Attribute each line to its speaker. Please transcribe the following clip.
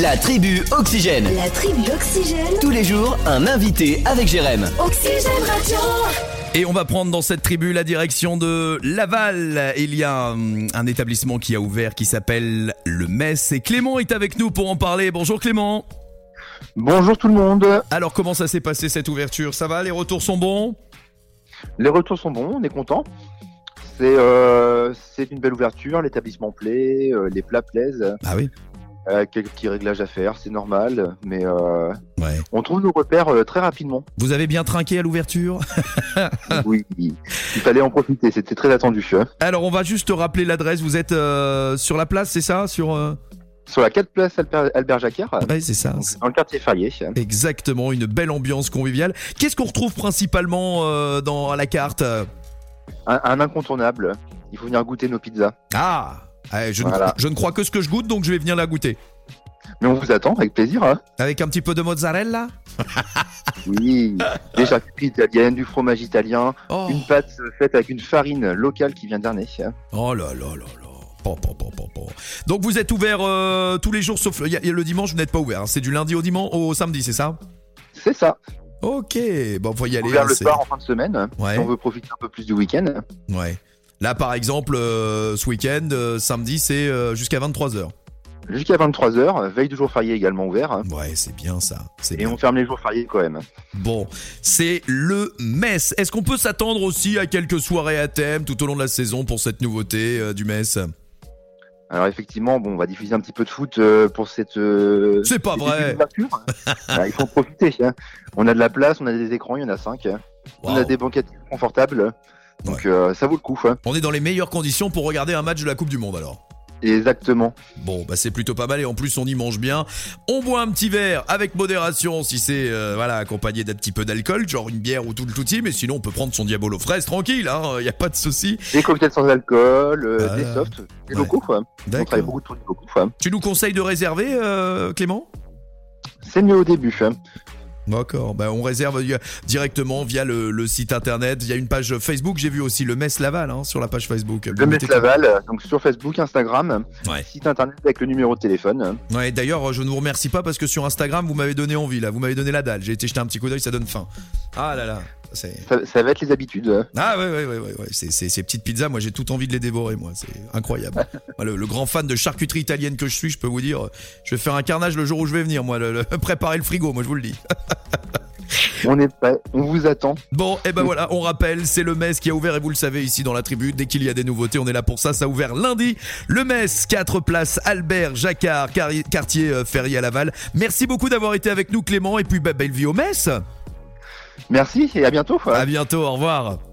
Speaker 1: La tribu Oxygène.
Speaker 2: La tribu Oxygène.
Speaker 1: Tous les jours, un invité avec Jérém.
Speaker 2: Oxygène Radio.
Speaker 3: Et on va prendre dans cette tribu la direction de Laval. Il y a hum, un établissement qui a ouvert qui s'appelle le Mess et Clément est avec nous pour en parler. Bonjour Clément.
Speaker 4: Bonjour tout le monde.
Speaker 3: Alors comment ça s'est passé cette ouverture Ça va Les retours sont bons
Speaker 4: Les retours sont bons, on est content. C'est euh, c'est une belle ouverture, l'établissement plaît, euh, les plats plaisent,
Speaker 3: Ah oui.
Speaker 4: euh, quelques petits réglages à faire, c'est normal, mais euh,
Speaker 3: Ouais.
Speaker 4: on trouve nos repères euh, très rapidement.
Speaker 3: Vous avez bien trinqué à l'ouverture
Speaker 4: oui, il fallait en profiter, c'était très attendu. hein.
Speaker 3: Alors on va juste te rappeler l'adresse. Vous êtes euh, sur la place, c'est ça Sur euh,
Speaker 4: Sur la 4 place Albert, Albert Jacquard,
Speaker 3: Ouais, c'est ça.
Speaker 4: donc dans le quartier Ferrier.
Speaker 3: Exactement, une belle ambiance conviviale. Qu'est-ce qu'on retrouve principalement euh, dans à la carte
Speaker 4: Un, un incontournable, il faut venir goûter nos pizzas.
Speaker 3: Ah Eh, je, ne,
Speaker 4: Voilà.
Speaker 3: je ne crois que ce que je goûte, donc je vais venir la goûter.
Speaker 4: Mais on vous attend avec plaisir. hein.
Speaker 3: Avec un petit peu de mozzarella
Speaker 4: Oui, des charcuteries italiennes, du fromage italien,
Speaker 3: Oh,
Speaker 4: une pâte euh, faite avec une farine locale qui vient de dernier.
Speaker 3: oh là là là là. Pom, pom, pom, pom, pom. Donc vous êtes ouvert euh, tous les jours, sauf le, y a- y a le dimanche, vous n'êtes pas ouvert. hein. C'est du lundi au dimanche, au samedi, c'est ça
Speaker 4: C'est ça.
Speaker 3: Ok, bon, faut y aller.
Speaker 4: ouvert
Speaker 3: hein,
Speaker 4: le
Speaker 3: c'est-
Speaker 4: soir en fin de semaine.
Speaker 3: Ouais.
Speaker 4: Si on veut profiter un peu plus du week-end.
Speaker 3: ouais. Là, par exemple, euh, ce week-end, euh, samedi, c'est euh, jusqu'à 23h.
Speaker 4: Jusqu'à 23h, veille du jour férié également ouvert.
Speaker 3: Ouais, c'est bien ça. C'est
Speaker 4: Et
Speaker 3: bien.
Speaker 4: on ferme les jours fériés quand même.
Speaker 3: Bon, c'est le Metz. Est-ce qu'on peut s'attendre aussi à quelques soirées à thème tout au long de la saison pour cette nouveauté euh, du Metz
Speaker 4: Alors effectivement, bon, on va diffuser un petit peu de foot euh, pour cette... euh,
Speaker 3: C'est pas
Speaker 4: cette
Speaker 3: vrai.
Speaker 4: ouverture. Voilà, il faut en profiter. hein. On a de la place, on a des écrans, il y en a 5. On a
Speaker 3: Waouh.
Speaker 4: des banquettes confortables. Donc euh, ça vaut le coup. hein.
Speaker 3: On est dans les meilleures conditions pour regarder un match de la Coupe du Monde alors.
Speaker 4: Exactement.
Speaker 3: Bon, bah c'est plutôt pas mal et en plus on y mange bien. On boit un petit verre avec modération si c'est euh, voilà accompagné d'un petit peu d'alcool, genre une bière ou tout le touti, mais sinon on peut prendre son diabolo fraise tranquille, hein, y a pas de souci.
Speaker 4: Des cocktails sans alcool, euh,
Speaker 3: Ah,
Speaker 4: des softs, des
Speaker 3: ouais.
Speaker 4: locaux. Quoi. On travaille
Speaker 3: D'accord.
Speaker 4: beaucoup de produits locaux. quoi.
Speaker 3: Tu nous conseilles de réserver, euh, Clément
Speaker 4: C'est mieux au début. hein.
Speaker 3: D'accord, bah on réserve euh, directement via le, le site internet, via une page Facebook. J'ai vu aussi le Metz Laval hein, sur la page Facebook.
Speaker 4: Le Metz Laval, euh, donc sur Facebook, Instagram,
Speaker 3: Ouais.
Speaker 4: site internet avec le numéro de téléphone.
Speaker 3: Ouais, d'ailleurs, euh, je ne vous remercie pas parce que sur Instagram, vous m'avez donné envie là, vous m'avez donné la dalle. J'ai été jeter un petit coup d'œil, ça donne faim. Ah là là, c'est.
Speaker 4: Ça, ça va être les habitudes.
Speaker 3: Ah ouais, ouais, ouais, ouais, ouais. C'est, c'est- ces petites pizzas, moi j'ai tout envie de les dévorer, moi, c'est incroyable. Moi, le, le grand fan de charcuterie italienne que je suis, je peux vous dire, euh, je vais faire un carnage le jour où je vais venir, moi, le- le- préparer le frigo, moi je vous le dis.
Speaker 4: On est prêt, on vous attend.
Speaker 3: Bon, et ben voilà, on rappelle, c'est le Metz qui a ouvert, et vous le savez ici dans la tribu, dès qu'il y a des nouveautés, on est là pour ça, ça a ouvert lundi. Le Metz, 4 places, Albert, Jacquard, Cari- quartier euh, Ferry à Laval. Merci beaucoup d'avoir été avec nous Clément, et puis bah, belle vie au Metz.
Speaker 4: Merci et à bientôt.
Speaker 3: À bientôt, au revoir.